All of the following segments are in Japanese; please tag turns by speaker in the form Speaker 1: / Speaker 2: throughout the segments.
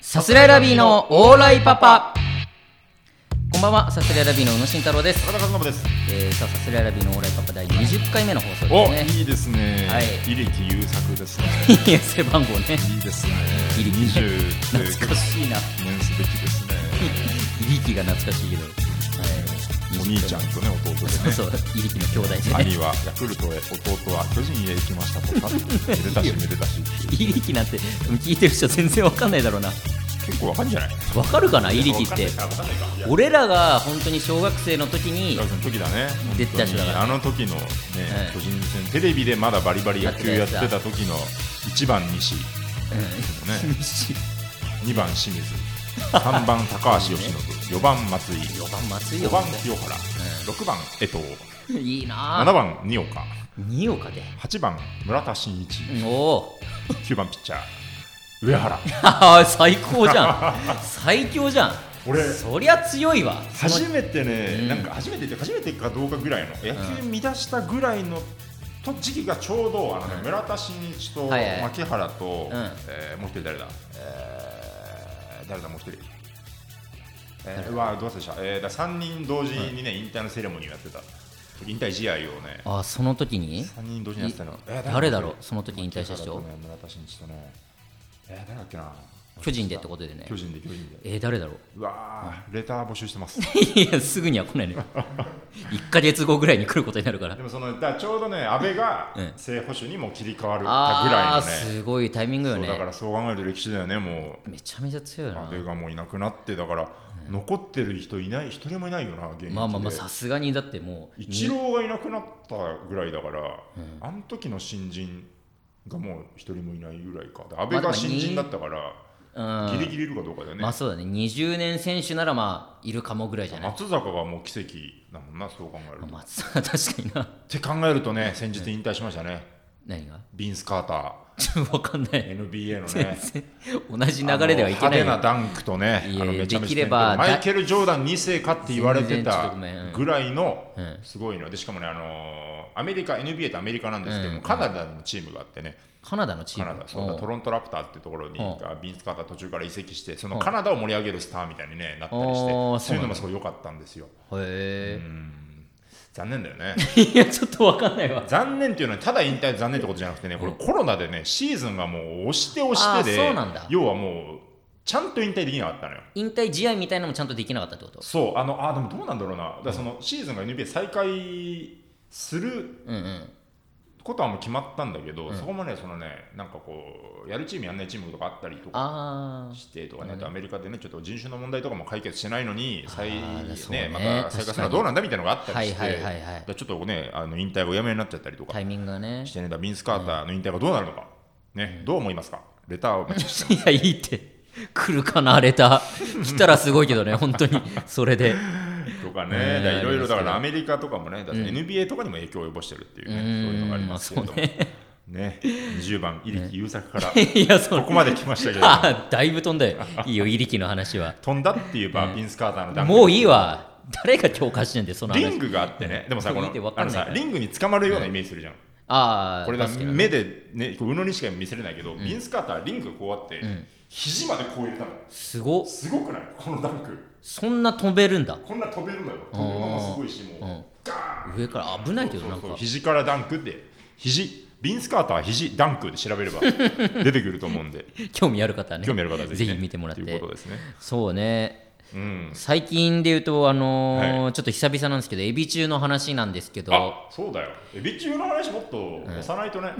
Speaker 1: サスライラビーのオーライパパこんばんはサスライラビーの宇野慎太郎です、
Speaker 2: 高田和伸です。
Speaker 1: えー、さあサスライラビーのオーライパパ第20回目の放送
Speaker 2: お、
Speaker 1: で
Speaker 2: いいですね。
Speaker 1: はい
Speaker 2: イリキ優作ですね。
Speaker 1: すね背番号ね
Speaker 2: いいですね。
Speaker 1: イリキ
Speaker 2: 二十
Speaker 1: 懐かしいな
Speaker 2: 念すべきですね。
Speaker 1: いびきが懐かしいけど、はい
Speaker 2: お兄ちゃんとね弟でね。
Speaker 1: そうそういびきの兄弟でね
Speaker 2: 兄はヤクルトへ、弟は巨人へ行きましたとか。め でたしめでたし。
Speaker 1: いびきなんて聞いてる人全然わかんないだろうな
Speaker 2: 結構わかんじゃない。
Speaker 1: わかるかないびきって
Speaker 2: わかんないか。わかんないか
Speaker 1: 俺らが本当に小学生の時に
Speaker 2: 小学生の時だね。
Speaker 1: 出てた人だから
Speaker 2: 本当にあの時のね
Speaker 1: うん、
Speaker 2: 巨人戦テレビでまだバリバリ野球やってた時の一番西、
Speaker 1: うん
Speaker 2: ね二番清水、三番高橋由伸、四番松井。
Speaker 1: 4番松井
Speaker 2: 5
Speaker 1: よ
Speaker 2: 番清原、6番江藤、
Speaker 1: いいな
Speaker 2: 7番二岡、
Speaker 1: 2岡で
Speaker 2: 8番村田真一、
Speaker 1: おお
Speaker 2: 9番ピッチャー、上原。
Speaker 1: ー 最高じゃん最強じゃん
Speaker 2: 俺
Speaker 1: そりゃ強いわ
Speaker 2: 初めてね、
Speaker 1: うん
Speaker 2: なんか初めてって初めてかどうかぐらいの野球見出したぐらいのと時期がちょうどあのね、
Speaker 1: うん
Speaker 2: 村田真一と
Speaker 1: はいはい
Speaker 2: 牧原と、
Speaker 1: うん
Speaker 2: えーもう一人誰だ、えー誰だもう一人。えー、うわどう忘れした、えー、だ3人同時にね、引退のセレモニーをやってた引退試合をね
Speaker 1: あその時に
Speaker 2: 三人同時にやってたの。えー
Speaker 1: 誰だろうその時引退した人
Speaker 2: ね村田真一とね。えー、誰だっけな。
Speaker 1: 巨人でってことでね
Speaker 2: 巨人で巨人で。
Speaker 1: えー、誰だろう
Speaker 2: うわーレター募集してます。
Speaker 1: いやすぐには来 ないのよ1ヶ月後ぐらいに来ることになるから
Speaker 2: でもそのだからちょうどね安倍が
Speaker 1: うん
Speaker 2: 正捕手にもう切り替わるたぐらい
Speaker 1: あ
Speaker 2: の
Speaker 1: ー
Speaker 2: ね。
Speaker 1: すごいタイミングよ
Speaker 2: そうだか
Speaker 1: ね
Speaker 2: らそう考えると歴史だよねも
Speaker 1: めちゃめちゃ強いうよな
Speaker 2: 安倍がもういなくなってだから残ってる人いない一人もいないよな現役で。
Speaker 1: まあまあまあさすがにだってもう
Speaker 2: イチローがいなくなったぐらいだから、あの時の新人がもう一人もいないぐらいか。で安倍が新人だったから。
Speaker 1: うん
Speaker 2: ギリギリいるかどうかだよね
Speaker 1: まあ。そうだね20年選手ならまあいるかもぐらいじゃない、
Speaker 2: 松坂がもう奇跡だもんな、そう考えると。
Speaker 1: まあ、 松坂確かにな
Speaker 2: って考えるとね、先日引退しましたね、
Speaker 1: 何が
Speaker 2: ビンス・カータ
Speaker 1: ちょっと分かんな
Speaker 2: ー、
Speaker 1: い
Speaker 2: NBA のね、
Speaker 1: 同じ流れではいけない
Speaker 2: あの派手なダンクとね、
Speaker 1: いえ
Speaker 2: あのめちゃめ
Speaker 1: で
Speaker 2: ち
Speaker 1: き
Speaker 2: ゃ
Speaker 1: れば
Speaker 2: マイケル・ジョーダン2世かって言われて
Speaker 1: 全然ちょっと
Speaker 2: た
Speaker 1: ごめんうん
Speaker 2: ぐらいの
Speaker 1: うん、
Speaker 2: すごいので、しかもね、あのーアメリカ、NBA とアメリカなんですけども、カナダのチームがあってね、
Speaker 1: カナダのチー
Speaker 2: カ
Speaker 1: ム
Speaker 2: ナダ、そうだ
Speaker 1: ん
Speaker 2: トロントラプターってところに
Speaker 1: うん、
Speaker 2: ビンス・カーター途中から移籍して、その
Speaker 1: うん
Speaker 2: カナダを盛り上げるスターみたいに、ね、なったりして
Speaker 1: おー、
Speaker 2: そ
Speaker 1: そう
Speaker 2: ういう
Speaker 1: な
Speaker 2: の
Speaker 1: んだ
Speaker 2: もすごい良かったんですよ。
Speaker 1: へ
Speaker 2: 残念だよね。
Speaker 1: え いやちょっと分かんないわ
Speaker 2: 残念っていうのはただ引退残念ってことじゃなくてねこれコロナでねシーズンがもう押して押して
Speaker 1: あー
Speaker 2: で
Speaker 1: そうなんだ
Speaker 2: 要はもうちゃんと引退できなかったのよ
Speaker 1: 引退試合みたいなのもちゃんとできなかったってこと
Speaker 2: そうあのあーでもどうなんだろうなだからそのシーズンが NBA 再開する
Speaker 1: うんうん
Speaker 2: ことはもう決まったんだけど、そこもねそのねなんかこうやるチームやんないチームとかあったりとか
Speaker 1: ああ
Speaker 2: してとかねあとアメリカでねちょっと人種の問題とかも解決してないのに再
Speaker 1: ーそうね
Speaker 2: ねまた再開するのはどうなんだみたいなのがあったりして、
Speaker 1: はいはいはいはい
Speaker 2: だからちょっとねあの引退をやめになっちゃったりとか
Speaker 1: タイミングがね
Speaker 2: してね、だビンス・カーターの引退がどうなるのか、ね、どう思いますか、レターをお待ちして
Speaker 1: いやいいって来るかなレター来たらすごいけどね本当にそれで
Speaker 2: ますとかね、
Speaker 1: ね
Speaker 2: だからいろいろだか
Speaker 1: あ
Speaker 2: らア
Speaker 1: り
Speaker 2: メリカとかもね、だから NBA とかにも影響を及ぼしてるっていうね、そういうのがありますけれども、
Speaker 1: うん
Speaker 2: ね20番、入木優作 から、
Speaker 1: いやそ
Speaker 2: こ
Speaker 1: の
Speaker 2: こまで来ましたけれども、
Speaker 1: あーだいぶ飛んだよいいよ入り気の話は
Speaker 2: 飛んだっていうば、ビンス・カーターのダンク
Speaker 1: もういいわ誰が強化してんでその
Speaker 2: リン
Speaker 1: 話
Speaker 2: グがあってね、でもさ、こ
Speaker 1: 見てわ
Speaker 2: の
Speaker 1: か
Speaker 2: あ
Speaker 1: ん
Speaker 2: の
Speaker 1: ないから
Speaker 2: さリングに捕まるようなイメージするじゃん。
Speaker 1: ああ
Speaker 2: これだ
Speaker 1: 確かに
Speaker 2: 目で、ね、こうのにしか見せれないけど、ビンス・カーター、リングこうあって、肘までこう入れたの、
Speaker 1: すごっ
Speaker 2: すごくないこのダンク。
Speaker 1: そんな飛べるんだ
Speaker 2: こんな飛べるのよ。飛ぶのもすごいし、もう、
Speaker 1: うん
Speaker 2: ガーン
Speaker 1: 上から危ないけど
Speaker 2: そう
Speaker 1: なん
Speaker 2: そう
Speaker 1: か
Speaker 2: 肘からダンクで肘ビンスカーター肘ダンクで調べ れば出てくると思うんで
Speaker 1: 興味ある方はね
Speaker 2: 興味ある方は
Speaker 1: ぜ
Speaker 2: ね
Speaker 1: ひ見てもらっ
Speaker 2: という
Speaker 1: て
Speaker 2: ことですね
Speaker 1: そうね
Speaker 2: うん
Speaker 1: 最近で言うと、あのーちょっと久々なんですけど、エビ中の話なんですけど、
Speaker 2: あそうだよエビ中の話もっと押さないとね、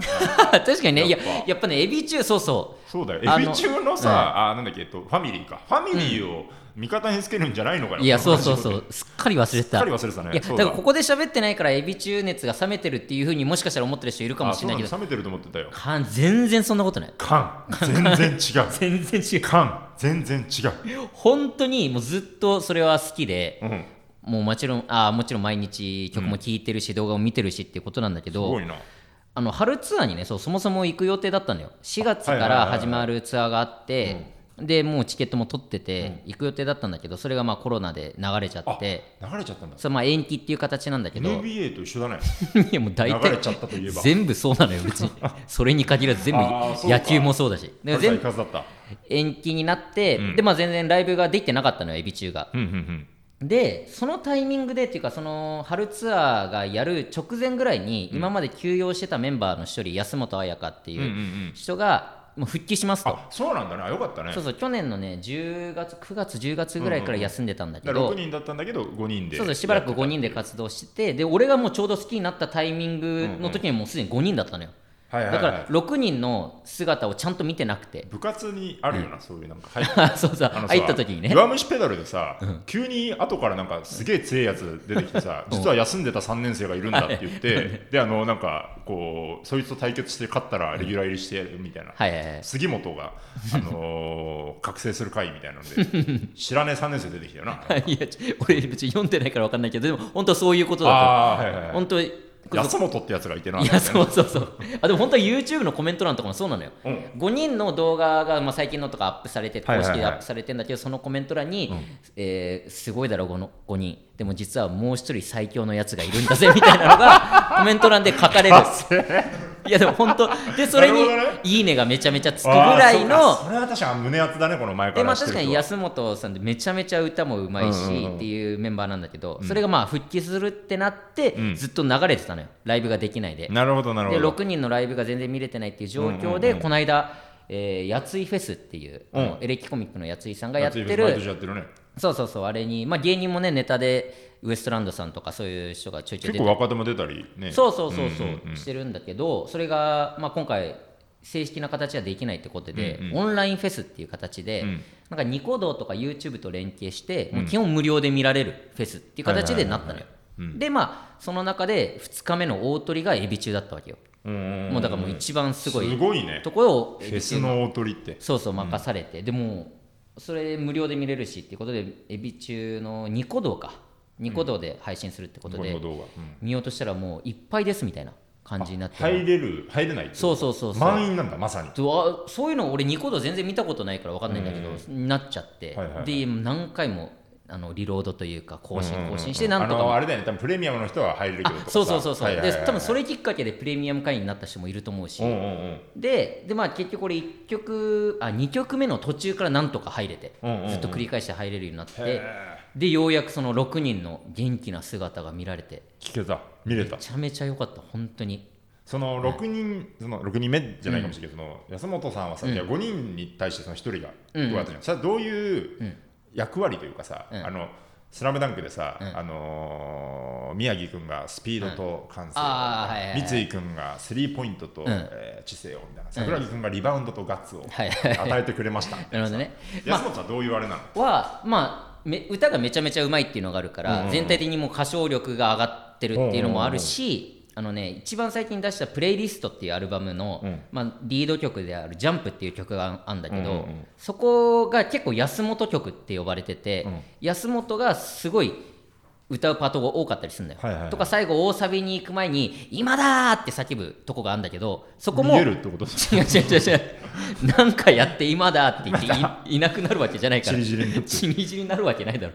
Speaker 1: 確かにね、い
Speaker 2: や
Speaker 1: や
Speaker 2: っぱ、
Speaker 1: やっぱね、エビ中、そうそ
Speaker 2: そうだよ
Speaker 1: あ
Speaker 2: エ
Speaker 1: の
Speaker 2: ビ中のさ、あなんだっけ、えっと、ファミリーかファミリーを味方につけるんじゃないのかよ
Speaker 1: う、いや、そうそう
Speaker 2: こ
Speaker 1: そ
Speaker 2: の話
Speaker 1: う、すっかり忘れて。
Speaker 2: すったかり忘れてたね
Speaker 1: いや、
Speaker 2: そ
Speaker 1: だ
Speaker 2: う
Speaker 1: からここで喋ってないから、エビ中熱が冷めてるっていうふうにもしかしたら思ってる人いるかも
Speaker 2: あ
Speaker 1: し
Speaker 2: そ
Speaker 1: れ
Speaker 2: う
Speaker 1: な
Speaker 2: ないん
Speaker 1: けど、
Speaker 2: だ冷めてると思ってたよ
Speaker 1: かん全然そんなことない。
Speaker 2: 缶全然違う
Speaker 1: 全然違う。
Speaker 2: 缶全然違う、
Speaker 1: 本当にもうずっとそれは好きで、
Speaker 2: うん、
Speaker 1: もうもちろん、あーもちろん毎日曲も聴いてるし、動画も見てるしっていうことなんだけ
Speaker 2: す
Speaker 1: ど、
Speaker 2: ごいな
Speaker 1: あの春ツアーにねそうそもそも行く予定だったのよ4月か
Speaker 2: はいはいは
Speaker 1: ら
Speaker 2: いはい
Speaker 1: 始まるツアーがあって、でもうチケットも取ってて、行く予定だったんだけどそれがまあコロナで流れちゃ
Speaker 2: あ
Speaker 1: っ
Speaker 2: 流
Speaker 1: て
Speaker 2: れちゃったんだ
Speaker 1: それまあ延期っていう形なんだけど
Speaker 2: NBA と一緒だね
Speaker 1: いやもう大
Speaker 2: 流
Speaker 1: 体
Speaker 2: れちゃったといえば
Speaker 1: 全部そうなのよ 別にそれに限らず全部
Speaker 2: あーそうか
Speaker 1: 野球もそうだしで
Speaker 2: 全
Speaker 1: 全
Speaker 2: 部
Speaker 1: 部
Speaker 2: 一だった
Speaker 1: 延期になって、
Speaker 2: うん
Speaker 1: でまあ全然ライブができてなかったのよエビ中が
Speaker 2: うんうんうん
Speaker 1: でそのタイミングでっていうかその春ツアーがやる直前ぐらいに今まで休養してたメンバーの一人安本彩香って
Speaker 2: うんうんう
Speaker 1: いうん人がもう復帰しますと、
Speaker 2: あそうなんだねあよかったね
Speaker 1: そうそう去年のね10月9月10月ぐらいから休んでたんだけ
Speaker 2: だ
Speaker 1: ど、
Speaker 2: 6人だったんだけど5人で
Speaker 1: そうそうしばらく5人で活動してで俺がもうちょうど好きになったタイミングの時にもうすでに5人だったのよ、
Speaker 2: はいはい
Speaker 1: だ
Speaker 2: はい
Speaker 1: から6人の姿をちゃんと見てなくて
Speaker 2: 部活にあるよな、そういうなんか入っ
Speaker 1: そうそう
Speaker 2: あのさ
Speaker 1: 入った時にね
Speaker 2: 弱虫ペダルでさ、急に後からなんかすげえ強いやつ出てき てさ、実は休んでた3年生がいるんだって言って、であのなんかこうそいつと対決して勝ったらレギュラー入りしてやるみたいな、
Speaker 1: はいはいはい
Speaker 2: 杉本が、あのー覚醒する会みたいなので知らねえ3年生出て きたよな
Speaker 1: いやち俺別に読んでないから分かんないけどでも本当そういうことだ
Speaker 2: あーはい
Speaker 1: と
Speaker 2: はいはい
Speaker 1: 本当に
Speaker 2: 安本ってやつがいてない
Speaker 1: やそうそうそうあでも本当は YouTube のコメント欄とかもそうなのよ、
Speaker 2: うん
Speaker 1: 5人の動画が、まあ、最近のとかアップされて公
Speaker 2: はいはいはい
Speaker 1: 式でアップされてんだけど、そのコメント欄に、えーすごいだろこの5人でも実はもう一人最強のやつがいるんだぜみたいなの がコメント欄で書かれるいやでも本当でそれに
Speaker 2: なるほどね
Speaker 1: 「いいね」がめちゃめちゃつくぐらい
Speaker 2: あーそう
Speaker 1: の
Speaker 2: かそれは確かに胸熱だねこの前か
Speaker 1: でま
Speaker 2: ら
Speaker 1: あ、確かに
Speaker 2: 安
Speaker 1: 安本さんってめちゃめちゃ歌もうまいし
Speaker 2: うんうんうん
Speaker 1: っていうメンバーなんだけど、それがまあ復帰するってなって、
Speaker 2: うん
Speaker 1: ずっと流れてたのよライブができないで
Speaker 2: なるほどなるほ
Speaker 1: で
Speaker 2: ど
Speaker 1: 6人のライブが全然見れてないっていう状況で、この間、えー、やついフェスっていう、あのエレキコミックのやついさんがやって
Speaker 2: 夏井フェス毎年
Speaker 1: る
Speaker 2: やってるね
Speaker 1: そうそうそうあれに、まあ、芸人もねネタでウエストランドさんとかそういう人がちょいちょい出
Speaker 2: 結
Speaker 1: て
Speaker 2: 構若手も出たりね
Speaker 1: そうそうそうそう,、
Speaker 2: んんん
Speaker 1: してるんだけどそれが、まあ、今回正式な形はできないってことで、オンラインフェスっていう形で、
Speaker 2: ん
Speaker 1: なんかニコ動とか YouTube と連携して、もう基本無料で見られるフェスっていう形でなったのよ、でまあその中で2日目の大鳥がエビ中だったわけよ、
Speaker 2: うんうんうん
Speaker 1: もうだからもう一番すご
Speaker 2: す
Speaker 1: い
Speaker 2: ごいね
Speaker 1: ところを
Speaker 2: フェスの大鳥って
Speaker 1: そうそう任されて、でもそれ無料で見れるしっていうことでエビ中のニコ動かニコ動で配信するってこと
Speaker 2: こ
Speaker 1: で、
Speaker 2: の動画うん
Speaker 1: 見ようとしたらもういっぱいですみたいな感じになって
Speaker 2: 入れる入れないってこと
Speaker 1: そうそうそうそう
Speaker 2: 満員なんだまさに
Speaker 1: とあそういうの俺ニコ動全然見たことないから分かんないんだけど、なっちゃって、
Speaker 2: はいはいはい
Speaker 1: で何回もあのリロードというか更新更新して
Speaker 2: うんうん
Speaker 1: な
Speaker 2: うん
Speaker 1: とか
Speaker 2: あの
Speaker 1: も
Speaker 2: あれだよね多分プレミアムの人は入れるけどとかさ
Speaker 1: そうそうそうそう、
Speaker 2: はいはいはいはい
Speaker 1: で多分それきっかけでプレミアム会員になった人もいると思うし、
Speaker 2: うんうんうん
Speaker 1: でで、まあ、結局俺1曲あ2曲目の途中からなんとか入れて、
Speaker 2: うんうんうん
Speaker 1: ずっと繰り返して入れるようになって
Speaker 2: へ
Speaker 1: でようやくその6人の元気な姿が見られて
Speaker 2: 聞けた見れた
Speaker 1: めちゃめちゃ良かった本当に
Speaker 2: その6人その6人目じゃないかもしれないけど、その安本さんはさ、
Speaker 1: うん
Speaker 2: いや5人に対してその1人が
Speaker 1: うんうん
Speaker 2: 加わったじゃん、それはどういう
Speaker 1: うん
Speaker 2: 役割というかさ、
Speaker 1: うん
Speaker 2: あのスラムダンクでさ、
Speaker 1: うん
Speaker 2: あのー宮城君がスピードと感性、
Speaker 1: あーはいはいはい
Speaker 2: 三井君がスリーポイントと、
Speaker 1: ん
Speaker 2: えー知性をみたいな桜木君がリバウンドとガッツを
Speaker 1: はいはいはい
Speaker 2: 与えてく れましたみた
Speaker 1: ないるほ
Speaker 2: なさ
Speaker 1: どね
Speaker 2: 安本さんはどういうあれなの、
Speaker 1: は、まあ、め歌がめちゃめちゃうまいっていうのがあるか
Speaker 2: うんうん
Speaker 1: ら、
Speaker 2: うん
Speaker 1: 全体的にもう歌唱力が上がってるっていうのもあるし、あのね、一番最近出した「プレイリスト」っていうアルバムの、
Speaker 2: うん
Speaker 1: まあ、リード曲である「ジャンプっていう曲があるんだけど、
Speaker 2: うんうんうん
Speaker 1: そこが結構安本曲って呼ばれてて、
Speaker 2: うん
Speaker 1: 安本がすごい歌うパートが多かったりするんだよ、
Speaker 2: はいはいはい
Speaker 1: とか最後大サビに行く前に「今だ!」って叫ぶとこがあるんだけどそこも
Speaker 2: 逃げるってこと
Speaker 1: 違う違う違う違うなんかやって今だって言っていいなくなるわけじゃないから
Speaker 2: ちりぢりに なって
Speaker 1: ちりぢりになるわけないだろ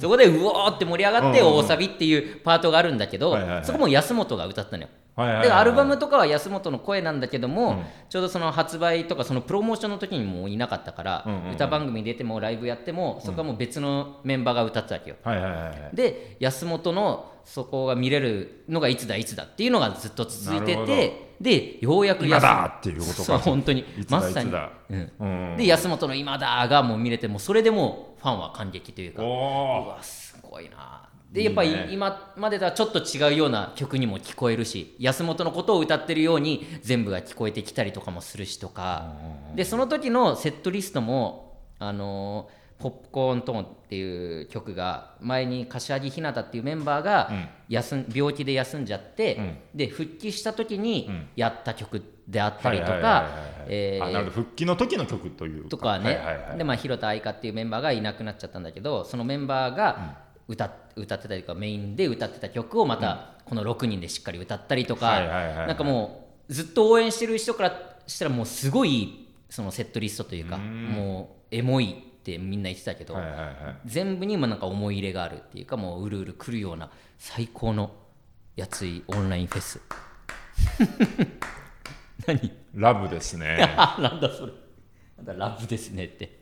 Speaker 1: そこでうおーって盛り上がって
Speaker 2: うんうんうん
Speaker 1: 大サビっていうパートがあるんだけど、
Speaker 2: はいはいはい
Speaker 1: そこも安本が歌ったのよ
Speaker 2: はいはいはい
Speaker 1: だからアルバムとかは安本の声なんだけども、ちょうどその発売とかそのプロモーションの時にもういなかったから、
Speaker 2: うんうんうん
Speaker 1: 歌番組に出てもライブやってもそこはもう別のメンバーが歌ってたわけよ
Speaker 2: はいはいはいはい
Speaker 1: で安本のそこが見れるのがいつだいつだっていうのがずっと続いて
Speaker 2: なる
Speaker 1: てでようやく
Speaker 2: 今
Speaker 1: 安
Speaker 2: だっていうことか
Speaker 1: そう本当に
Speaker 2: いつだ
Speaker 1: まさ
Speaker 2: い
Speaker 1: に
Speaker 2: つだ
Speaker 1: うん
Speaker 2: うん
Speaker 1: で安本の「今だ」がもう見れてもうそれでもうファンは感激というか
Speaker 2: お
Speaker 1: う
Speaker 2: お
Speaker 1: わすごいなでやっぱり
Speaker 2: いいね
Speaker 1: 今までとはちょっと違うような曲にも聞こえるし安本のことを歌ってるように全部が聞こえてきたりとかもするしとかでその時のセットリストも「あのーポップコーントーン」っていう曲が前に柏木ひなたっていうメンバーが
Speaker 2: うん
Speaker 1: 休ん、病気で休んじゃって、
Speaker 2: うん
Speaker 1: で復帰した時に
Speaker 2: ん
Speaker 1: やった曲であったりと
Speaker 2: はいはい
Speaker 1: か
Speaker 2: はいはい
Speaker 1: えー
Speaker 2: あなるほど復帰の時の曲という
Speaker 1: とかね、
Speaker 2: はいはいはい
Speaker 1: でまあ広田愛花っていうメンバーがいなくなっちゃったんだけどそのメンバーが歌っ歌ってたりとかメインで歌ってた曲をまたこの6人でしっかり歌ったりとか、
Speaker 2: はいはいはいはい
Speaker 1: なんかもうずっと応援してる人からしたらもうすごいそのセットリストというかもエモいってみんな言ってたけど、
Speaker 2: はいはいはい
Speaker 1: 全部に今なんか思い入れがあるっていうかもううるうる来るような最高のやついオンラインフェ ス何
Speaker 2: ラブですね
Speaker 1: あなんだそれなんだラブですねって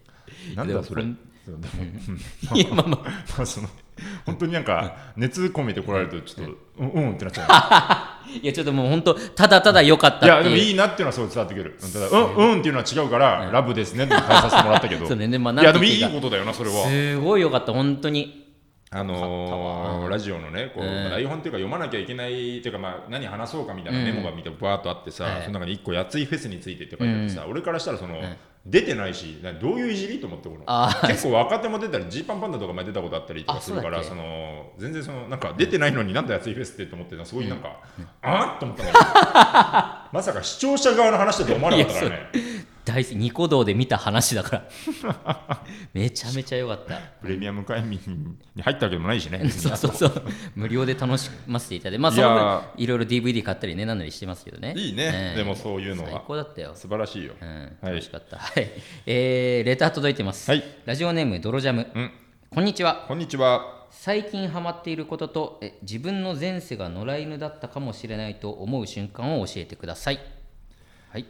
Speaker 2: なんだそれ
Speaker 1: いや
Speaker 2: そうでも
Speaker 1: いやまあまあ
Speaker 2: まあその本当にな んか熱込めて来られるとちょっとうんうんってなっちゃ
Speaker 1: いやちょっともう本当ただただ良かっ
Speaker 2: うい
Speaker 1: た
Speaker 2: や
Speaker 1: って
Speaker 2: で
Speaker 1: いう
Speaker 2: もいいなっていうのはすごい伝わってくるうんただうんうんっていうのは違うからラブですねって返させてもらったけ ど
Speaker 1: そうねでもまあ
Speaker 2: いやでも
Speaker 1: なんて
Speaker 2: い
Speaker 1: 言
Speaker 2: い
Speaker 1: って
Speaker 2: ことだよなそれは
Speaker 1: すごい良かった本当に
Speaker 2: あのーラジオのねこう、
Speaker 1: うん
Speaker 2: 台本っていうか読まなきゃいけないっていうか、まあ、何話そうかみたいな
Speaker 1: うん
Speaker 2: メモが見てバーっとあってさ、
Speaker 1: はい
Speaker 2: その中に一個「やついフェスについて」って書いてあってさ、俺からしたらその、
Speaker 1: ん
Speaker 2: 出てないしなどういういじりと思ってこの
Speaker 1: あ
Speaker 2: 結構若手も出たりジーパンパンダとか前出たことあったりとか
Speaker 1: あ
Speaker 2: するから
Speaker 1: そ
Speaker 2: そうの全然そのなんか出てないのになんだやついフェスってと思ってすごいなんか、あーっと思ったんだけど まさか視聴者側の話だと思わなかったからね
Speaker 1: 大好きニコ動で見た話だから めちゃめちゃ良かった
Speaker 2: プレミアム会員に入ったわけでもないしね
Speaker 1: そうそうそう無料で楽しませていただいてまあ
Speaker 2: い
Speaker 1: その
Speaker 2: や
Speaker 1: 分いろいろ DVD 買ったりねなんなりしてますけどね
Speaker 2: いいね、
Speaker 1: え
Speaker 2: でもそういうの
Speaker 1: 最
Speaker 2: は
Speaker 1: 高だったよ
Speaker 2: 素晴らしいよ、
Speaker 1: うん、
Speaker 2: はい
Speaker 1: 楽しかった、はいえーレター届いてます、
Speaker 2: はい
Speaker 1: ラジオネーム泥ジャム、
Speaker 2: うん
Speaker 1: こんにちは
Speaker 2: こんにちは
Speaker 1: 最近ハマっていることとえ自分の前世が野良犬だったかもしれないと思う瞬間を教えてくださいはい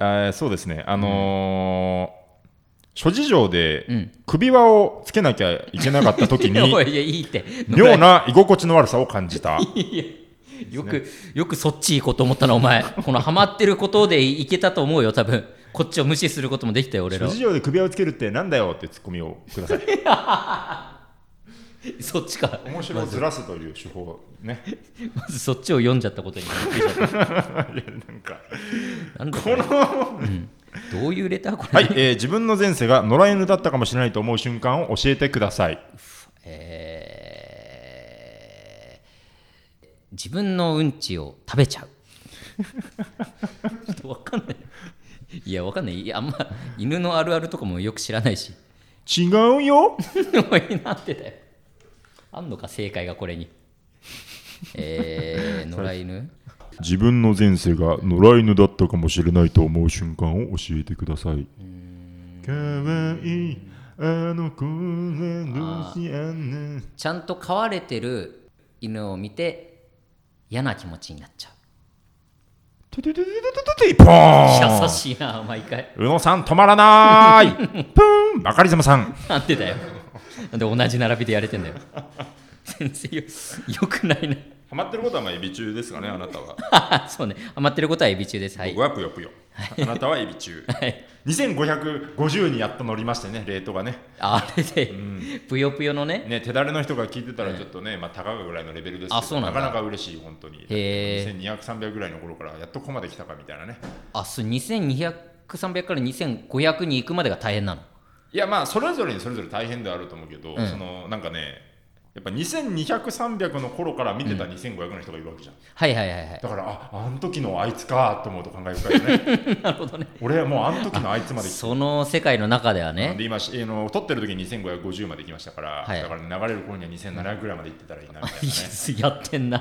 Speaker 2: えーそうですね、あのー諸事情
Speaker 1: う
Speaker 2: で
Speaker 1: ん
Speaker 2: 首輪をつけなきゃいけなかった 時に、
Speaker 1: いやいやいいって
Speaker 2: 妙な居心地の悪さを感じた。
Speaker 1: よくよくそっち行こうと思ったなお前このハマってることでいけたと思うよ多分こっちを無視することもできたよ俺ら
Speaker 2: 諸
Speaker 1: は
Speaker 2: 事情で首輪をつけるってなんだよってツッコミをください。
Speaker 1: そっちか
Speaker 2: 面白をずらすという手法ね。
Speaker 1: まずそっちを読んじゃったことにびっくりしち ゃっ
Speaker 2: なんか
Speaker 1: たなんだこれうんどういうレタ ーこれ、
Speaker 2: はい、えー自分の前世が野良犬だったかもしれないと思う瞬間を教えてください。
Speaker 1: えー自分のうんちを食べちゃうちょっとわかんないいやわかんないいやあんま犬のあるあるとかもよく知らないし
Speaker 2: 違うよ。
Speaker 1: おいなんてだよあんのか正解がこれにえー、野良犬
Speaker 2: 自分の前世が野良犬だったかもしれないと思う瞬間を教えてください。かわいい、あの子がどうしやんね。
Speaker 1: ちゃんと飼われてる犬を見て嫌な気持ちになっちゃう
Speaker 2: トゥトゥトゥトゥトゥトゥトゥポーン
Speaker 1: 優しいな毎回
Speaker 2: 宇野さん止まらないプーンバカリズムさん
Speaker 1: なんでだよなんで同じ並びでやれてんだよ先生よよくない
Speaker 2: ハマってることはまあエビ中ですがね、あなたは。
Speaker 1: なそうね余ってることはエビ中ですはい
Speaker 2: 僕はぷよぷよ。あなたはエビ中。
Speaker 1: はい
Speaker 2: 2550にやっと乗りましてね、レートがね。
Speaker 1: あれでぷよぷよのね
Speaker 2: ね、手だれの人が聞いてたらちょっとね、まあ、たかがぐらいのレベルですけど
Speaker 1: あそうなんだ
Speaker 2: かなか嬉しい、本当に。
Speaker 1: へー
Speaker 2: 2200、300ぐらいの頃から、やっとここまで来たかみたいなね。
Speaker 1: あそう2200300から2500に行くまでが大変なの
Speaker 2: いや、まあ、それぞれにそれぞれ大変ではあると思うけど、その、なんかね、やっぱ2200、300の頃から見てた2500の人がいるわけじゃん。
Speaker 1: はいはいはいはい
Speaker 2: だから、あ、あの時のあいつかと思うと感慨深いよね。
Speaker 1: なるほどね
Speaker 2: 俺はもうあの時のあいつまで来
Speaker 1: その世界の中では
Speaker 2: た。
Speaker 1: ね
Speaker 2: で今しあの撮ってる時に2550まで来ましたから、
Speaker 1: はい
Speaker 2: だから流れる頃には2700ぐらいまで行ってたらいいなみ たいなね
Speaker 1: やってんな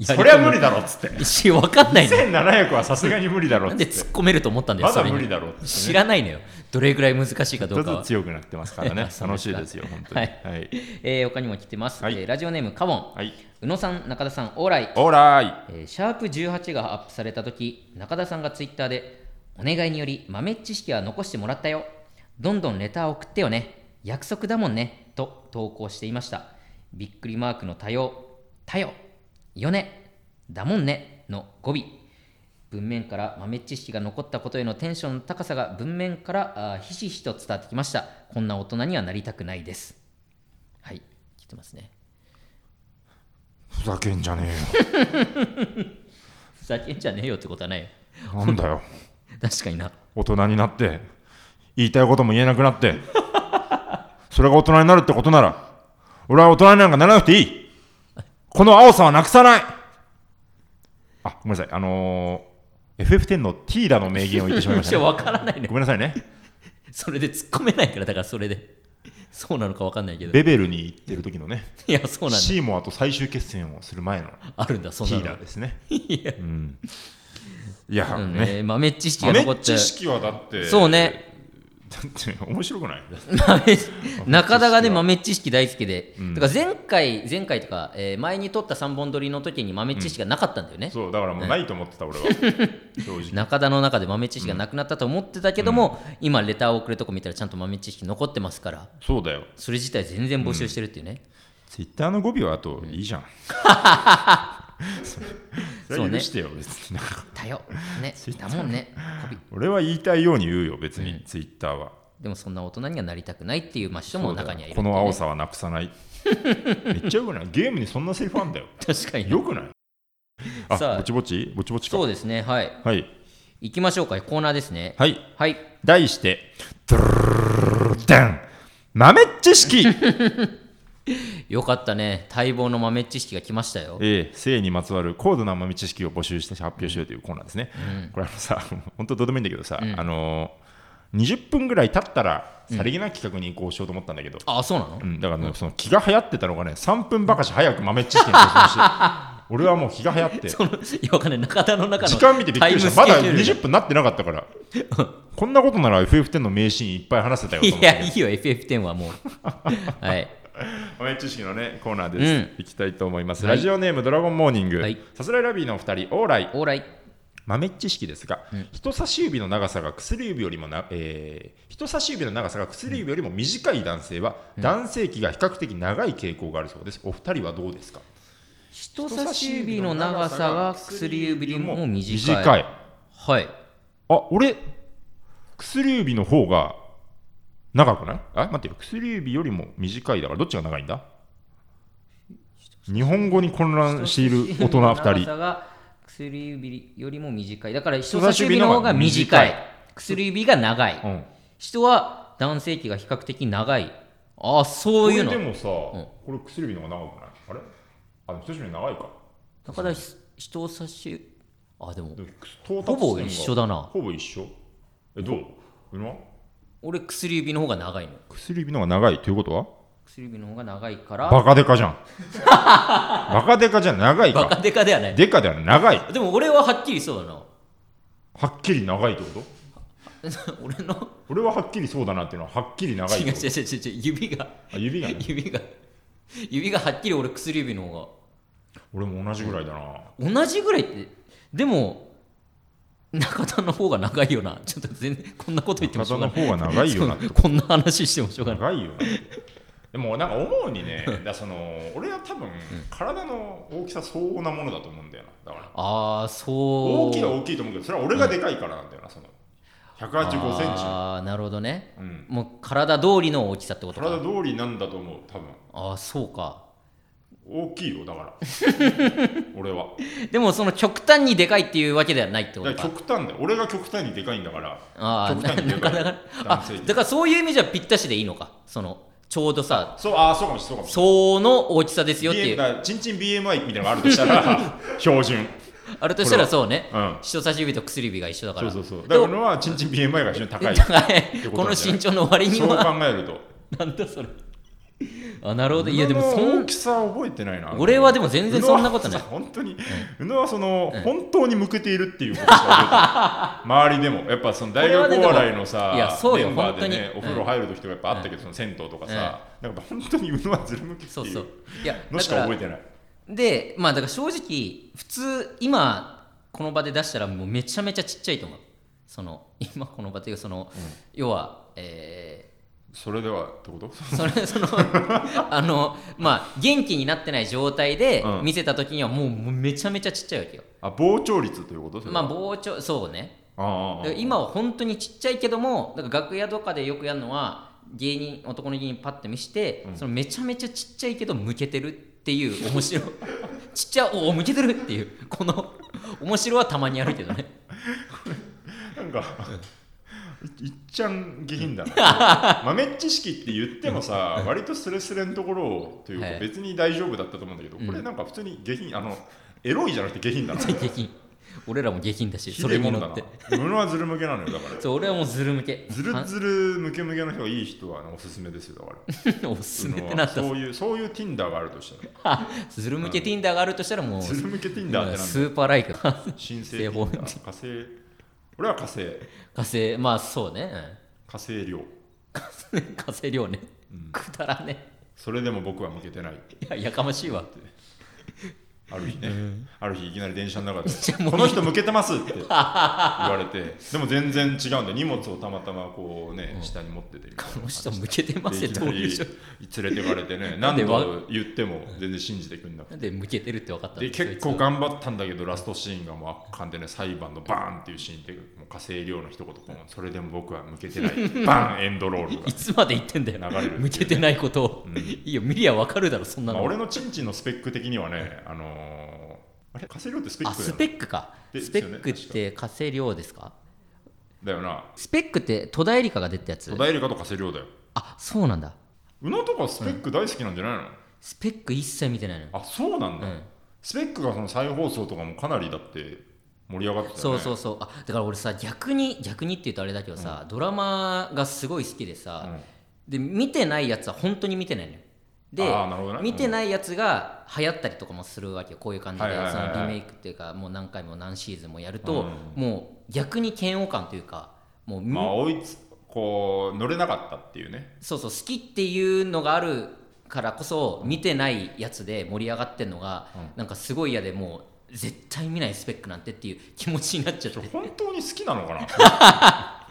Speaker 1: や
Speaker 2: そりゃ無理だろっつって
Speaker 1: 理し分かんないね
Speaker 2: 2700はさすがに無理だろっ
Speaker 1: な
Speaker 2: つ
Speaker 1: んで
Speaker 2: って
Speaker 1: 突っ込めると思ったんだよ
Speaker 2: まだ
Speaker 1: それに
Speaker 2: 無理だろうって
Speaker 1: 知らないのよどれぐらい難しいかどうかは
Speaker 2: 強くなってま すからね楽しいですよ本当に
Speaker 1: は
Speaker 2: はいい、
Speaker 1: えー他にも来てます、
Speaker 2: はい
Speaker 1: えーラジオネームカモン、
Speaker 2: はい、
Speaker 1: 宇野さん中田さんオーライ、
Speaker 2: オーライ
Speaker 1: えーシャープ18がアップされた時中田さんがツイッターでお願いにより豆知識は残してもらったよどんどんレター送ってよね約束だもんねと投稿していましたびっくりマークの多様多様よねだもんねの語尾文面から豆知識が残ったことへのテンションの高さが文面からあーひしひしと伝わってきましたこんな大人にはなりたくないですはい来てますね
Speaker 2: ふざけんじゃね
Speaker 1: ふざけんじゃねえよってことはないよ
Speaker 2: えよなん だよ
Speaker 1: 確かにな
Speaker 2: 大人になって言いたいことも言えなくなってそれが大人になるってことなら俺は大人になんかならなくていいこの青さはなくさないあごめんなさいあのー、FF10 のティーダの名言を言ってしまいまし
Speaker 1: ち
Speaker 2: た、
Speaker 1: ょ
Speaker 2: ね、
Speaker 1: 分からないね
Speaker 2: ごめんなさいね
Speaker 1: それで突っ込めないからだからそれでそうなのか分かんないけど
Speaker 2: ベベルに行ってる時のね
Speaker 1: いやそうなんだ
Speaker 2: シーモアと最終決戦をする前の
Speaker 1: あるんだそん
Speaker 2: テ
Speaker 1: な
Speaker 2: ィー
Speaker 1: の
Speaker 2: ダですねうんいや
Speaker 1: うん
Speaker 2: ね
Speaker 1: ね豆知識が残
Speaker 2: 豆
Speaker 1: っちゃう
Speaker 2: 知識はだって
Speaker 1: そうね
Speaker 2: って面白 くない
Speaker 1: 豆中田がね豆知識大好きで、
Speaker 2: うん
Speaker 1: だから前回前回とか、えー前に撮った3本撮りの時に豆知識がなかったんだよね、
Speaker 2: そうだからもうないと思ってた俺は正直
Speaker 1: 中田の中で豆知識がなくなったと思ってたけども、今レターを送るとこ見たらちゃんと豆知識残ってますから
Speaker 2: そうだよ
Speaker 1: それ自体全然募集してるっていうね、
Speaker 2: ツイッターの語尾はあといいじゃんそれそれは許してよ別になんか
Speaker 1: だよねだもんねこび
Speaker 2: 俺は言いたいように言うよ別にツイッターは
Speaker 1: でもそんな大人にはなりたくないっていう、まあ、人も中にはいる
Speaker 2: この青さはなくさないめっちゃよくないゲームにそんなセリフあんだよ
Speaker 1: 確かにね
Speaker 2: よくない
Speaker 1: さ
Speaker 2: あ
Speaker 1: あ
Speaker 2: ぼちぼちぼちぼちか
Speaker 1: そうですねはい
Speaker 2: はい
Speaker 1: 行きましょうかコーナーですね
Speaker 2: はい
Speaker 1: はい
Speaker 2: 題してドゥルルルルダン豆知識
Speaker 1: よかったね待望の豆知識が来ましたよ
Speaker 2: ええ性にまつわる高度な豆知識を募集して発表しようというコーナーですね、これあのさ本当どうでもいいんだけどさ、あのー20分ぐらい経ったらさりげな企画に移行しようと思ったんだけど、
Speaker 1: あそうなの
Speaker 2: うん、だからね、その気が流行ってたのがね、3分ばかし早く豆知識に更新して、俺はもう気が流行って、
Speaker 1: そのいやわかんない中田の中の
Speaker 2: 時間見てびっくりした、
Speaker 1: タ
Speaker 2: ま
Speaker 1: イム
Speaker 2: だ
Speaker 1: スケジュール
Speaker 2: 20分なってなかったから、こんなことなら FF10 の名シーンいっぱい話せたよと思っ
Speaker 1: い
Speaker 2: て
Speaker 1: やいいよ FF10 は もうはい
Speaker 2: 豆知識のね、コーナーです、
Speaker 1: うん
Speaker 2: いきたいと思います。
Speaker 1: はい
Speaker 2: ラジオネーム、ドラゴンモーニング、
Speaker 1: はい
Speaker 2: さすらいラビーのお二人、オーライ、
Speaker 1: オーライ
Speaker 2: 豆知識ですが、人差し指の長さが薬指よりもな、えー人差し指の長さが薬指よりも短い男性は、男性器が比較的長い傾向があるそうです。お二人はどうですか
Speaker 1: 人差し指の長さが薬指よりも短い
Speaker 2: 短い
Speaker 1: はい
Speaker 2: あ俺薬指の方が長くないあ待ってよ薬指よりも短いだからどっちが長いんだ日本語に混乱している大人
Speaker 1: 人差し
Speaker 2: 2
Speaker 1: 指の長
Speaker 2: 人
Speaker 1: さが薬指よりも短いだから人差し指の方が短い
Speaker 2: 人差し指
Speaker 1: 薬指
Speaker 2: の方が短
Speaker 1: が長い、
Speaker 2: うん
Speaker 1: 人は男性器が比較的長いああそういう
Speaker 2: これで
Speaker 1: の
Speaker 2: もさ、これ薬指の方が長くないあれあでも人差し指の方が長いか
Speaker 1: だからひ人差しあでも
Speaker 2: でも到達
Speaker 1: ほぼ一緒だな
Speaker 2: ほぼ一緒えどう今
Speaker 1: 俺薬指の方が長いの
Speaker 2: 薬指の方が長いということは
Speaker 1: 薬指の方が長いから
Speaker 2: バカデカ じゃんバカデカじゃん長い
Speaker 1: バ
Speaker 2: か
Speaker 1: カデカではない
Speaker 2: デカではない長い
Speaker 1: でも俺ははっきりそうだな
Speaker 2: はっきり長いってこと
Speaker 1: 俺の
Speaker 2: 俺ははっきりそうだなっていうのははっきり長い
Speaker 1: 違う違
Speaker 2: よ
Speaker 1: う違う違う指が
Speaker 2: あ指がね
Speaker 1: 指が指がはっきり俺薬指の方
Speaker 2: 俺も同じぐらいだな
Speaker 1: が同じぐらいってでも中田の方が長いよなちょっと全然こんなこと 言ってもしょうがない
Speaker 2: 中田の方が長いよな
Speaker 1: そうこんな話してもしょうがない
Speaker 2: 長いよねでもなんか思うにね だからその俺は多分体の大きさ相応なものだと思うんだよなだから
Speaker 1: ああそう
Speaker 2: 大きいは大きいと思うけどそれは俺がでかいからなんだよなその185センチ
Speaker 1: ああなるほどね、
Speaker 2: うん
Speaker 1: もう体通りの大きさってこと
Speaker 2: 体
Speaker 1: か
Speaker 2: 通りなんだと思う多分
Speaker 1: ああそうか
Speaker 2: 大きいよだから 俺は
Speaker 1: でもその極端にでかいっていうわけではないってこ
Speaker 2: だ
Speaker 1: と
Speaker 2: か
Speaker 1: から
Speaker 2: 極端だよ俺が極端にでかいんだから
Speaker 1: あ
Speaker 2: 極
Speaker 1: あ
Speaker 2: 端に
Speaker 1: な
Speaker 2: でか
Speaker 1: か
Speaker 2: い
Speaker 1: なか
Speaker 2: 男
Speaker 1: あ
Speaker 2: 性に
Speaker 1: だからそういう意味じゃぴったしでいいのかそのちょうどさ
Speaker 2: そうああそうかもしれないそうかもし
Speaker 1: 相応の大きさですよってい
Speaker 2: れ
Speaker 1: う
Speaker 2: ないちんちん BMI みたいなのがあるとした ら標準
Speaker 1: あれとしたらそうね、
Speaker 2: うん
Speaker 1: 人差し指と薬指が一緒だか
Speaker 2: そう
Speaker 1: ら
Speaker 2: そうそう。だか
Speaker 1: で
Speaker 2: ら
Speaker 1: も
Speaker 2: 俺はちんちん BMI が非常に高い。
Speaker 1: だからね
Speaker 2: ってこと
Speaker 1: この
Speaker 2: なんじゃない
Speaker 1: 身長の割に
Speaker 2: そう
Speaker 1: は
Speaker 2: 考えると。
Speaker 1: なんだそれあなるほどいやでもそ
Speaker 2: 宇野の大
Speaker 1: ん
Speaker 2: きさは覚えてないな。
Speaker 1: 俺はでも全然そんなことない
Speaker 2: 宇野はさ本当に、宇野はその、本当に向けているっていうことしか覚えてない。周りでも、やっぱその大
Speaker 1: これは
Speaker 2: 学
Speaker 1: ねで
Speaker 2: お
Speaker 1: も
Speaker 2: 笑いのさ、
Speaker 1: いやそうよ
Speaker 2: メンバーでね、
Speaker 1: 本
Speaker 2: お
Speaker 1: 当に
Speaker 2: 風呂入る時とかやっぱあったけど、その銭湯とかさ、なんか本当に宇野はずる向きって
Speaker 1: そう
Speaker 2: い
Speaker 1: そう
Speaker 2: う
Speaker 1: いや
Speaker 2: の
Speaker 1: だ
Speaker 2: し
Speaker 1: か
Speaker 2: から覚えてない。
Speaker 1: でまあだから正直普通今この場で出したらもうめちゃめちゃちっちゃいと思うその 今この場というかその、要はえ
Speaker 2: それではってこと
Speaker 1: ーそれその あのまあ元気になってない状態で
Speaker 2: うん
Speaker 1: 見せた時にはもうもうめちゃめちゃちっちゃいわけよ
Speaker 2: あ、膨張率ということそれ
Speaker 1: ま
Speaker 2: は
Speaker 1: あ膨張そうね
Speaker 2: あ
Speaker 1: だ
Speaker 2: ああ
Speaker 1: から今は本当にちっちゃいけどもだから楽屋とかでよくやるのは芸人男の芸人パッと見して、そのめちゃめちゃちっちゃいけど向けてるっていう面白い ちっちゃおお向けてるっていうこの面白はたまにあるけどね
Speaker 2: あなんか、いっちゃん下品 だな豆知識って言ってもさ割とスレスレのところをというか
Speaker 1: はい
Speaker 2: 別に大丈夫だったと思うんだけど、これなんか普通に下品あのエロいじゃなくて下品だな
Speaker 1: 下品俺らも下品だし
Speaker 2: ひ
Speaker 1: そ
Speaker 2: でえ
Speaker 1: れ
Speaker 2: も
Speaker 1: に
Speaker 2: ん
Speaker 1: 乗
Speaker 2: だな
Speaker 1: って
Speaker 2: 物はずる向けなのよだから
Speaker 1: そう 俺はもうずる向け
Speaker 2: ずるずるムケムケの人がいい人はあのおすすめですよだから
Speaker 1: るおすすめってなった
Speaker 2: そういうそういう Tinder があるとし たら
Speaker 1: ずる向け Tinder があるとしたらもう
Speaker 2: ずる向け Tinder ってなんだ
Speaker 1: スーパーライク
Speaker 2: 新生
Speaker 1: 正方
Speaker 2: Tinder 火星俺は火星
Speaker 1: 火星まあそうね、うん
Speaker 2: 火星量
Speaker 1: 稼量ね、くだらね
Speaker 2: それでも僕は向けてない
Speaker 1: えいややかましいわ
Speaker 2: ある日ね、ある日いきなり電車の中
Speaker 1: じゃあ
Speaker 2: で「
Speaker 1: もう
Speaker 2: この人向けてます」って言われてでも全然違うんで荷物をたまたまこうね、下に持っててみたいな
Speaker 1: この人向けてます
Speaker 2: で
Speaker 1: よ
Speaker 2: いき
Speaker 1: どう
Speaker 2: な
Speaker 1: いう
Speaker 2: り
Speaker 1: 状況
Speaker 2: 連れてかれてね
Speaker 1: なんで
Speaker 2: 何
Speaker 1: わ
Speaker 2: 度言っても全然信じてくんなくて
Speaker 1: なんで向けてるって分かったの
Speaker 2: で結構
Speaker 1: そいつ
Speaker 2: 頑張ったんだけどラストシーンがもう圧巻でね裁判のバーンっていうシーンでもう火星量の一言ポンそれでも僕は向け てないバーンエンドロールが
Speaker 1: いつまで言ってんだよ
Speaker 2: 流れるっていうね
Speaker 1: 向けてないことを、いいよ見りゃ分かるだろそんな
Speaker 2: まあ
Speaker 1: の、
Speaker 2: 俺のチンチンのスペック的にはねあのーあれ火星量ってスペッ
Speaker 1: あ
Speaker 2: クだ
Speaker 1: ス
Speaker 2: よ
Speaker 1: ペ
Speaker 2: な
Speaker 1: ックか
Speaker 2: で
Speaker 1: スペックって火星量ですか
Speaker 2: だよな
Speaker 1: スペックって戸田恵梨香が出たやつ
Speaker 2: 戸田恵梨香と火星量だよ
Speaker 1: あそうなんだ
Speaker 2: 宇野とかスペック大好きなんじゃないの、
Speaker 1: スペック一切見てないのよ
Speaker 2: あそうなんだ、
Speaker 1: うん
Speaker 2: スペックがその再放送とかもかなりだって盛り上がってたよ
Speaker 1: そう
Speaker 2: ね
Speaker 1: そうそうあだから俺さ逆に逆にって言うとあれだけどさ、ドラマがすごい好きでさ、で見てないやつは本当に見てないのよで、
Speaker 2: あーなるほどね
Speaker 1: 見てないやつが流行ったりとかもするわけよこういう感じで、
Speaker 2: はいはいはいはい
Speaker 1: そのリメイクっていうかもう何回も何シーズンもやると、もう逆に嫌悪感というかもうみ、
Speaker 2: まあ追いつこう乗れなかったっていうね
Speaker 1: そうそう好きっていうのがあるからこそ見てないやつで盛り上がってるのが、なんかすごい嫌でもう絶対見ないスペックなんてっていう気持ちになっちゃって
Speaker 2: ちょ本当に好きなのか な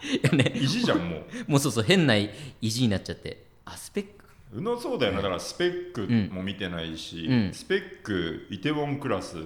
Speaker 1: いやね
Speaker 2: 意地じゃんもう
Speaker 1: もうそうそう変な意地になっちゃってあスペック
Speaker 2: 宇野そうだよね、だからスペックも見てないし、
Speaker 1: うん
Speaker 2: スペックイテウォンクラス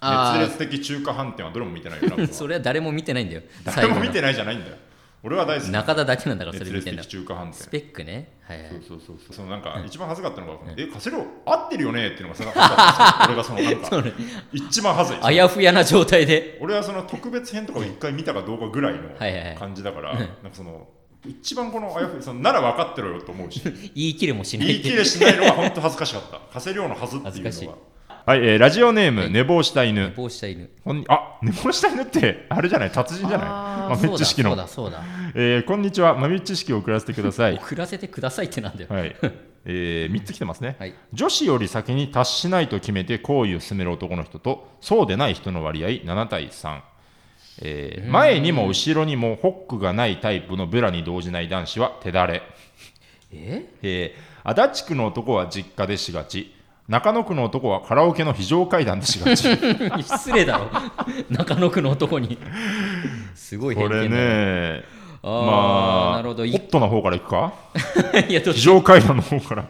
Speaker 1: あー
Speaker 2: 熱烈的中華飯店はどれも見てないよな僕は
Speaker 1: それは誰も見てないんだよ
Speaker 2: 誰も見
Speaker 1: 最
Speaker 2: てないじゃないんだよ俺は大好
Speaker 1: 後
Speaker 2: き
Speaker 1: の中田だけなんだからそれ
Speaker 2: 熱
Speaker 1: 見
Speaker 2: 烈
Speaker 1: てんだ
Speaker 2: 的
Speaker 1: ス
Speaker 2: 中華飯店
Speaker 1: ペックねはいはい
Speaker 2: そうそうそうそうそのなんか一番恥ずかったのが、えカセロ合ってるよねっていうのがすごい恥ずかったんですよ俺がそのなんか一番恥ずい
Speaker 1: あやふやな状態で
Speaker 2: 俺はその特別編とかを一回見たかどうかぐらい
Speaker 1: はいはいはい
Speaker 2: の感じだから、なんかその一番このあやふやそのなら分かってろよと思うし
Speaker 1: 言い切れもしな
Speaker 2: 言
Speaker 1: い
Speaker 2: い
Speaker 1: って
Speaker 2: 切
Speaker 1: いう
Speaker 2: れしないのが本当恥ずかしかったカセリョのはずって
Speaker 1: 恥
Speaker 2: い
Speaker 1: ず
Speaker 2: うの
Speaker 1: か
Speaker 2: が
Speaker 1: しい
Speaker 2: はい、えーラジオネーム、寝坊した犬
Speaker 1: 帽子した犬
Speaker 2: こんにあ寝坊した犬ってあれじゃない達人じゃない
Speaker 1: あー
Speaker 2: 豆知識
Speaker 1: そう
Speaker 2: の
Speaker 1: だ、そうだそう
Speaker 2: えーこんにちは豆知識を送らせてください
Speaker 1: だ送らせてくださいってなんだよ
Speaker 2: はい、 え3つ来てますね、
Speaker 1: はい
Speaker 2: 女子より先に達しないと決めて行為を進める男の人とそうでない人の割合7対3、えー前にも後ろにもホックがないタイプのブラに動じない男子は手だれ、
Speaker 1: え
Speaker 2: えー足立区の男は実家でしがち中野区の男はカラオケの非常階段で しがち
Speaker 1: 失礼 だろ中野区の男にすごい
Speaker 2: こ
Speaker 1: 偏見だ
Speaker 2: れね
Speaker 1: あ
Speaker 2: ま
Speaker 1: ー、
Speaker 2: あ
Speaker 1: なるほどい
Speaker 2: ホットな方からいくか
Speaker 1: いやどう
Speaker 2: 非常階段の方から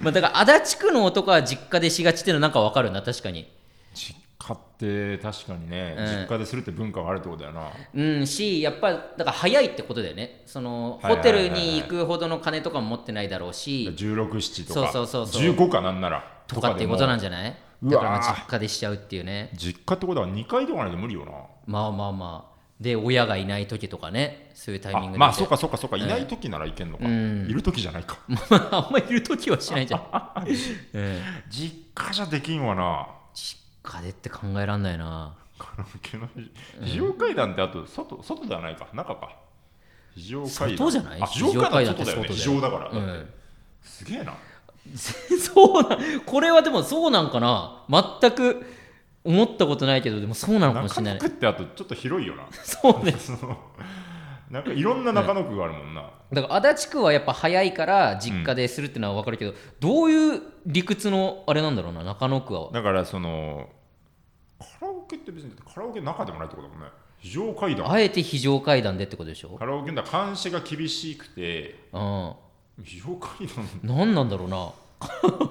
Speaker 1: まあだから足立区の男は実家でしがちっていうのなんかわかるな確かに
Speaker 2: 実家って確かにね、
Speaker 1: うん
Speaker 2: 実家でするって文化があるってことだよな
Speaker 1: うんしやっぱだから早いってことだよねそのホ
Speaker 2: はいはい
Speaker 1: テ
Speaker 2: はいはい
Speaker 1: ルに行くほどの金とかも持ってないだろうし
Speaker 2: 167とか
Speaker 1: そうそうそうそう
Speaker 2: 15かなんなら
Speaker 1: とかっていうことなん
Speaker 2: じ
Speaker 1: じゃない
Speaker 2: とかでも
Speaker 1: だからまあ
Speaker 2: うわー
Speaker 1: 実家でしちゃうっていうね
Speaker 2: 実家ってことは2回とかないと無理よな
Speaker 1: まあまあまあで親がいない時とかねそういうタイ
Speaker 2: あ
Speaker 1: ミングで
Speaker 2: まあそうかそうかそうか、いない時ならいけんのか、いる時じゃないか
Speaker 1: あんまりいる時はしないじゃん、 うん、
Speaker 2: 実家じゃできんわな
Speaker 1: 実家でって考えらんないな
Speaker 2: カラオケの非常階段ってあと外外ではないか中か非常階
Speaker 1: 外
Speaker 2: 段
Speaker 1: じゃない
Speaker 2: あ非常階段って
Speaker 1: 非常階段って
Speaker 2: 外だよね非
Speaker 1: 外
Speaker 2: 常
Speaker 1: だ
Speaker 2: だ
Speaker 1: よ
Speaker 2: から、だって
Speaker 1: うん
Speaker 2: すげえな
Speaker 1: そうなんこれはでもそうなんかな全く思ったことないけどでもそうなのかもし
Speaker 2: 中
Speaker 1: れな
Speaker 2: 野
Speaker 1: い
Speaker 2: 区ってあとちょっと広いよな
Speaker 1: そうね
Speaker 2: そのなんかいろんな中野区があるもんな、
Speaker 1: だから足立区はやっぱ早いから実家でするってのは分かるけど、どういう理屈のあれなんだろうな中野区は
Speaker 2: だからそのカラオケって別にカラオケの中でもないってことだもんね非常階段
Speaker 1: あえて非常階段でってことでしょ、
Speaker 2: カラオケだから監視が厳しくて
Speaker 1: うん、
Speaker 2: 非常階段
Speaker 1: 何なんだろうな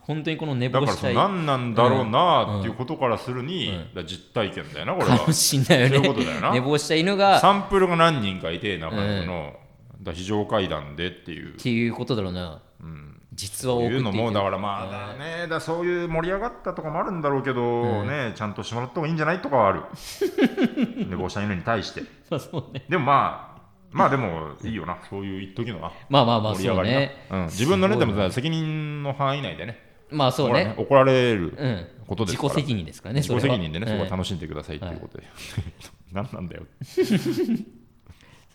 Speaker 1: 本当にこの寝
Speaker 2: だ
Speaker 1: 坊
Speaker 2: から
Speaker 1: し
Speaker 2: そ
Speaker 1: た
Speaker 2: の
Speaker 1: い
Speaker 2: 何なんだろうなっていうことからするに、だから実体験だよなこれ
Speaker 1: かも
Speaker 2: は
Speaker 1: しんないよね
Speaker 2: そういうことだよな
Speaker 1: 寝坊した犬がっ
Speaker 2: サンプルが何人かいて中野区の、だから非常階段でっていう。
Speaker 1: ていうことだろうな、実は多く
Speaker 2: いうのもだ
Speaker 1: ら
Speaker 2: からまあだねだからそういう盛り上がったとかもあるんだろうけどねちゃんとしてもらった方がいいんじゃないとかはある 寝坊した犬に対して
Speaker 1: まあそうね
Speaker 2: でもまあまあでもいいよなそういう一時のな
Speaker 1: まあまあまあ
Speaker 2: 盛り上
Speaker 1: そ
Speaker 2: が
Speaker 1: う
Speaker 2: り
Speaker 1: ね
Speaker 2: な、うん、自分のね
Speaker 1: す
Speaker 2: で
Speaker 1: ごいな
Speaker 2: もさ責任の範囲内でね
Speaker 1: まあそう
Speaker 2: ほら
Speaker 1: ね
Speaker 2: 怒られる
Speaker 1: うん
Speaker 2: ことです
Speaker 1: 自
Speaker 2: から
Speaker 1: 己責任ですからね
Speaker 2: 自己責任でね
Speaker 1: そ
Speaker 2: そ
Speaker 1: れ
Speaker 2: こ
Speaker 1: は
Speaker 2: は
Speaker 1: うん
Speaker 2: 楽しんでくださいということで 何なんだよ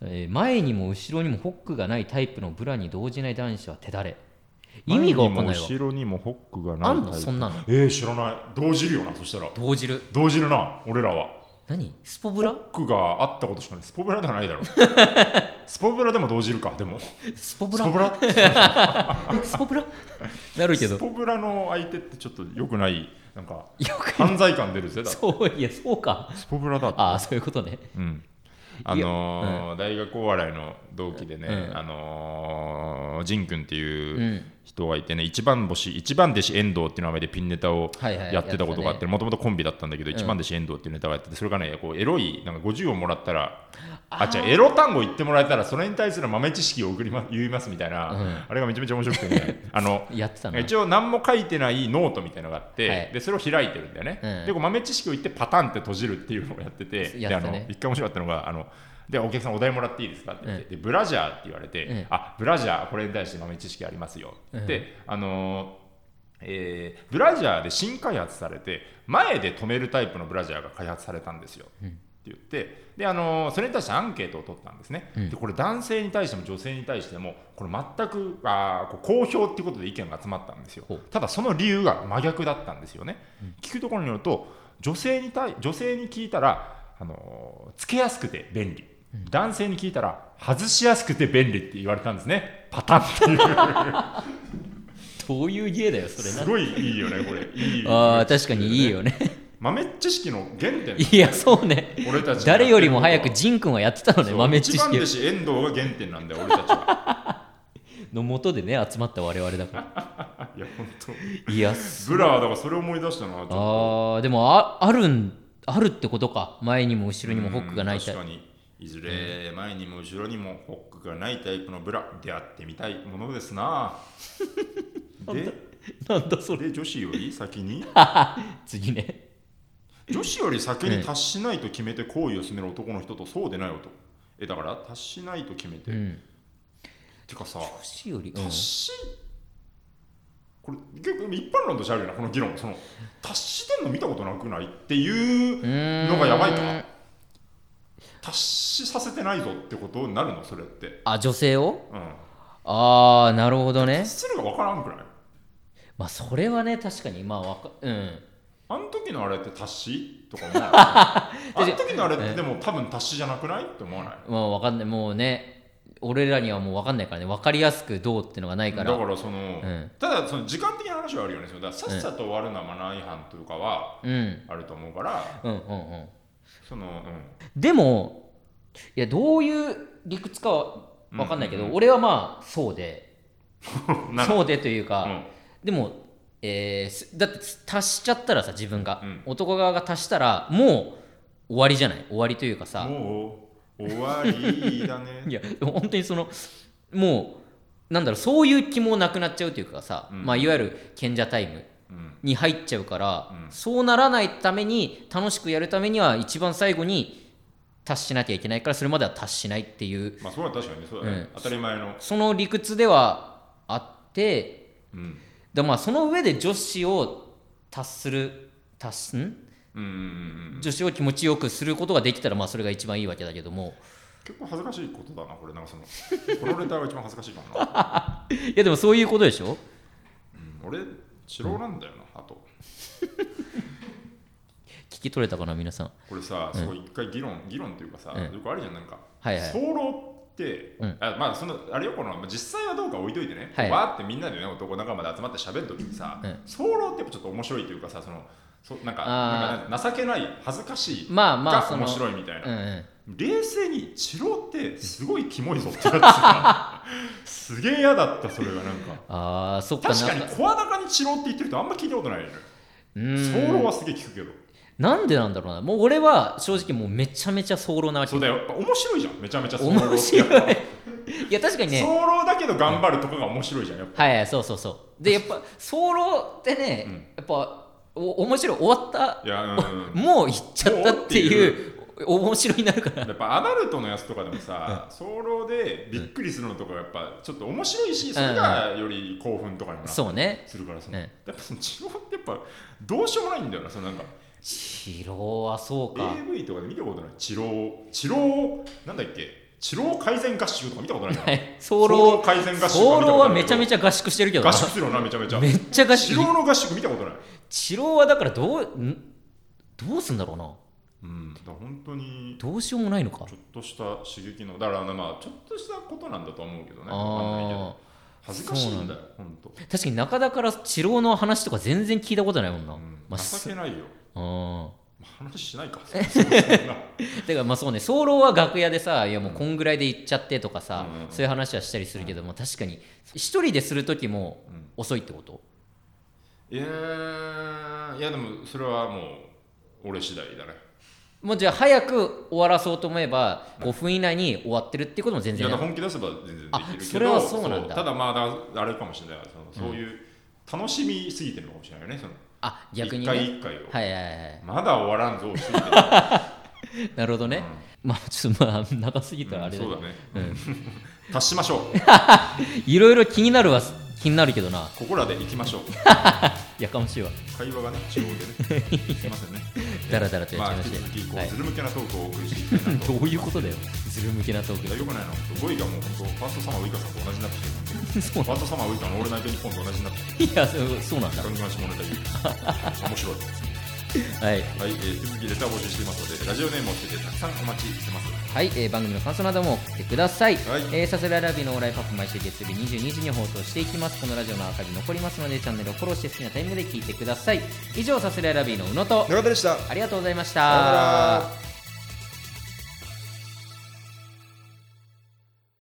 Speaker 1: えー前にも後ろにもホックがないタイプのブラに動じない男子は手だれ意味がわかんないわ
Speaker 2: 前にも後ろにもホックがない
Speaker 1: あんの
Speaker 2: タイプ
Speaker 1: そんなの
Speaker 2: えー、知らない動じるよなそしたら
Speaker 1: 動じる
Speaker 2: 動じるな俺らは
Speaker 1: 何スポブラ
Speaker 2: 僕があったことしかない。スポブラで はないだろう。スポブラでも動じるか、でも。
Speaker 1: スポブ
Speaker 2: ス
Speaker 1: ラ
Speaker 2: ポブラ
Speaker 1: えスポブラ なるけど
Speaker 2: スポブラの相手ってちょっと良くない、なんか、
Speaker 1: よく
Speaker 2: 犯罪感出るぜ、だって
Speaker 1: そういやそうか
Speaker 2: スポブラだって。
Speaker 1: ああそういうことね
Speaker 2: うん。あのー大学お笑いの同期でね、
Speaker 1: うん
Speaker 2: あのー、仁君っていううん人がいてね、一番星、一番弟子遠藤っていう名前でピンネタを
Speaker 1: はいはい
Speaker 2: やってたことがあって、もともとコンビだったんだけど、
Speaker 1: ん
Speaker 2: 一番弟子遠藤っていうネタがやってて、それがね、こうエロい、なんか50をもらったら、あ、違う、エロ単語言ってもらえたら、それに対する豆知識を送りま言いますみたいな、
Speaker 1: うん
Speaker 2: あれがめちゃめちゃ面白くて ね、あの、
Speaker 1: やってたの
Speaker 2: 一応何も書いてないノートみたいなのがあって、
Speaker 1: はい
Speaker 2: でそれを開いてるんだよね、
Speaker 1: うん
Speaker 2: でこう豆知識を言ってパタンって閉じるっていうのをやっててで
Speaker 1: やっ
Speaker 2: あ
Speaker 1: てたね
Speaker 2: の一回面白かったのがあのでお客さんお題もらっていいですかって言って、でブラジャーって言われて、
Speaker 1: うん
Speaker 2: あブラジャーこれに対して豆知識ありますよ、
Speaker 1: うん
Speaker 2: であのーえーブラジャーで新開発されて前で止めるタイプのブラジャーが開発されたんですよ、って言ってで、あのーそれに対してアンケートを取ったんですね、
Speaker 1: うん
Speaker 2: でこれ男性に対しても女性に対してもこれ全くあーこう好評っていうことで意見が集まったんですよ
Speaker 1: ほう
Speaker 2: ただその理由が真逆だったんですよね、聞くところによると女性に対女性に聞いたら、あのーつけやすくて便利、男性に聞いたら外しやすくて便利って言われたんですねパタンっていう
Speaker 1: どういう芸だよそれ
Speaker 2: す
Speaker 1: な
Speaker 2: ごいいいよねこれいい
Speaker 1: あー確かにいいよ ね
Speaker 2: 豆知識の原点
Speaker 1: いやそうね
Speaker 2: 俺たちがやってることは
Speaker 1: 誰よりも早く仁君はやってたのね
Speaker 2: そう
Speaker 1: 豆知
Speaker 2: 一番
Speaker 1: 識
Speaker 2: 弟子遠藤が原点なんだよ俺たち は
Speaker 1: のもとでね集まった我々だか
Speaker 2: いや本当
Speaker 1: らいや
Speaker 2: ブラーだからそれ思い出したなちょっと
Speaker 1: あーでもああるんあるってことか前にも後ろにもホックがないタイ
Speaker 2: うん確かにいずれ前にも後ろにもホックがないタイプのブラ出会ってみたいものです なで
Speaker 1: プなんだそれ
Speaker 2: で女子より 先に
Speaker 1: 次ね
Speaker 2: 女子より先に達しないと決めて行為を進める男の人とそうでない男えだから達しないと決めて、
Speaker 1: うん
Speaker 2: てかさ
Speaker 1: 女子より、うん
Speaker 2: 達し、これ結構一般論としてあるよなこの議論その達してんの見たことなくないっていうのがやばいか
Speaker 1: うーん
Speaker 2: 達しさせてないぞってことになるのそれって
Speaker 1: あ女性を
Speaker 2: うん
Speaker 1: ああなるほどね
Speaker 2: 達するが分からんくない
Speaker 1: まあそれはね確かにまあわかうん
Speaker 2: あの時のあれって達しとか思わないあ の時のあれってでも多分達しじゃなくないって思わない
Speaker 1: まあわかんないもうね俺らにはもうわかんないからねわかりやすくどうってのがないか
Speaker 2: だ
Speaker 1: ら
Speaker 2: からその、
Speaker 1: ん
Speaker 2: ただその時間的な話はあるよねそのだからさっさと終わるのはマナー違反というかは
Speaker 1: うんうん
Speaker 2: あると思うから、
Speaker 1: うんうん
Speaker 2: その、うん、
Speaker 1: でもいやどういう理屈かはわかんないけど、俺はまあそうで
Speaker 2: なる
Speaker 1: そうでというか、
Speaker 2: うん
Speaker 1: でも、えーすだって足しちゃったらさ自分が、
Speaker 2: うん
Speaker 1: 男側が足したらもう終わりじゃない終わりというかさ
Speaker 2: もう終わりだね
Speaker 1: いや本当にそのもうなんだろうそういう気もなくなっちゃうというかさ、
Speaker 2: うん
Speaker 1: まあ、いわゆる賢者タイム
Speaker 2: うん
Speaker 1: に入っちゃうから、
Speaker 2: うん
Speaker 1: そうならないために楽しくやるためには一番最後に達しなきゃいけないからそれまでは達しないっていう
Speaker 2: まあそれは確かにねそうだね、
Speaker 1: うん
Speaker 2: 当たり前の、
Speaker 1: その理屈ではあって
Speaker 2: うん
Speaker 1: だまあその上で女子を達する達すん
Speaker 2: うんうんうん、
Speaker 1: 女子を気持ちよくすることができたらまあそれが一番いいわけだけども
Speaker 2: 結構恥ずかしいことだなこれなんかその このレターが一番恥ずかしいかもな、
Speaker 1: いやでもそういうことでしょ
Speaker 2: うん、俺白なんだよな、あと
Speaker 1: 聞き取れたかな皆さん
Speaker 2: これさ、
Speaker 1: ん
Speaker 2: そこ一回議論議論というかさ、
Speaker 1: うん
Speaker 2: よくあるじゃんなんか
Speaker 1: はいはい
Speaker 2: 早漏って、
Speaker 1: うん
Speaker 2: あまあそのあれよこのまあ実際はどうか置いといてね、
Speaker 1: はい
Speaker 2: わーってみんなでね男仲間で集まって喋るときにさ
Speaker 1: うん
Speaker 2: 早漏、ってやっぱちょっと面白いというかさそのそなんか
Speaker 1: あ
Speaker 2: なんか情けない恥ずかしい
Speaker 1: まあまあ
Speaker 2: が
Speaker 1: その
Speaker 2: 面白いみたいな、
Speaker 1: うんうん
Speaker 2: 冷静に治療ってすごいキモいぞってなってさすげえ嫌だったそれがなん か
Speaker 1: あーそっか
Speaker 2: 確かに
Speaker 1: なんか
Speaker 2: 声高に治療って言ってる人あんま聞いたことないよね
Speaker 1: う
Speaker 2: 早
Speaker 1: ー
Speaker 2: 漏
Speaker 1: ん
Speaker 2: はすげえ聞くけど
Speaker 1: なんでなんだろうなもう俺は正直もうめちゃめちゃ早漏なわけ
Speaker 2: そうだよやっぱ面白いじゃんめちゃ めちゃ早漏
Speaker 1: 面
Speaker 2: ってやっぱ
Speaker 1: 白いいや確かに ね
Speaker 2: 早漏だけど頑張るとかが面白いじゃんやっぱ
Speaker 1: はいはいそうそうそうでやっぱ早漏ってね、
Speaker 2: うん
Speaker 1: やっぱお面白い終わった
Speaker 2: いやうんうん
Speaker 1: もう行っちゃったっていうお面白いになるから
Speaker 2: やっぱアダルトのやつとかでもさ早漏でびっくりするのとかやっぱちょっと面白いしそれがより興奮とかにもなった
Speaker 1: そうね
Speaker 2: するからさ
Speaker 1: うん
Speaker 2: やっぱその治療ってやっぱどうしようもないんだよなそのなんか
Speaker 1: 治療はそうか
Speaker 2: AV とかで見たことない治療治療なんだっけ治療改善合宿とか見たことない から
Speaker 1: 早
Speaker 2: 早
Speaker 1: 漏
Speaker 2: 漏改善合宿
Speaker 1: 早漏はめちゃめ
Speaker 2: ち
Speaker 1: ちゃ合宿してるけど
Speaker 2: 合
Speaker 1: な
Speaker 2: 宿するよなめちゃめちゃ
Speaker 1: めっちゃ合
Speaker 2: 治
Speaker 1: 宿
Speaker 2: 療の合宿見たことない
Speaker 1: 治療はだからどうんどうすんだろうな
Speaker 2: うん、だから本当に
Speaker 1: どうしようもないのか
Speaker 2: ちょっとした刺激のだからあのまあちょっとしたことなんだと思うけどねわかんないけ
Speaker 1: あ
Speaker 2: ど恥ずかしいんだよ本当、
Speaker 1: ー確かに中田から治療の話とか全然聞いたことないもんな、
Speaker 2: うん
Speaker 1: まあす
Speaker 2: 情けないよ
Speaker 1: うん
Speaker 2: 話 しないかそんな
Speaker 1: だからまあそうね早漏は楽屋でさいやもうこんぐらいで行っちゃってとかさ、
Speaker 2: うんうん
Speaker 1: そういう話はしたりするけども、確かに一人でする時も
Speaker 2: うん
Speaker 1: 遅いってこと、
Speaker 2: いやーいやでもそれはもう俺次第だね
Speaker 1: もうじゃあ早く終わらそうと思えば5分以内に終わってるってことも全
Speaker 2: い
Speaker 1: 然
Speaker 2: や
Speaker 1: ない
Speaker 2: 本気出せば全然できるけ
Speaker 1: あ
Speaker 2: ど
Speaker 1: それはそうなんだ
Speaker 2: ただまあだあれかもしれないそのそういう楽しみすぎてるのかもしれないよねその
Speaker 1: あ逆に
Speaker 2: 一
Speaker 1: ねはい
Speaker 2: 回一回を、
Speaker 1: はいはいはい
Speaker 2: まだ終わらんぞすぎてる
Speaker 1: なるほどね、まあちょっとまあ長すぎたらあれだ
Speaker 2: うん
Speaker 1: け
Speaker 2: そ
Speaker 1: ど
Speaker 2: うだね
Speaker 1: うん
Speaker 2: 達しましょう
Speaker 1: いろいろ気になるは気になるけどな
Speaker 2: ここらで行きましょう
Speaker 1: やかましいわ
Speaker 2: 会話がね中央でねすいませ んね
Speaker 1: だらだらとやっち
Speaker 2: まあ
Speaker 1: ゃいま
Speaker 2: 引
Speaker 1: し
Speaker 2: き
Speaker 1: て、
Speaker 2: 続きこう、
Speaker 1: はい
Speaker 2: ズル向けなトークをお送りしていきたいなと
Speaker 1: どういうことだよズル向けなトーク
Speaker 2: いやよくないな5位がもう本当ファーストサマーウイカさんと同じになってきてるんで
Speaker 1: だ そう
Speaker 2: ファーストサマーウイカのオールナイトニッポンと同じになってきて
Speaker 1: いやそうそうなんだ
Speaker 2: ガンガン下ネタ言う面白い
Speaker 1: はい
Speaker 2: はい、えー、引き続きレターを募集していますのでラジオネームをつけてたくさんお待ちしてます
Speaker 1: はい、えー番組の感想なども送ってください、
Speaker 2: はい
Speaker 1: えーサスライラビーのオーライパップ毎週月曜日22時に放送していきますこのラジオのアーカイブ残りますのでチャンネルをフォローして好きなタイミングで聞いてください以上サスライラビーの宇野と
Speaker 2: 中田でした
Speaker 1: ありがとうございました
Speaker 2: さようなら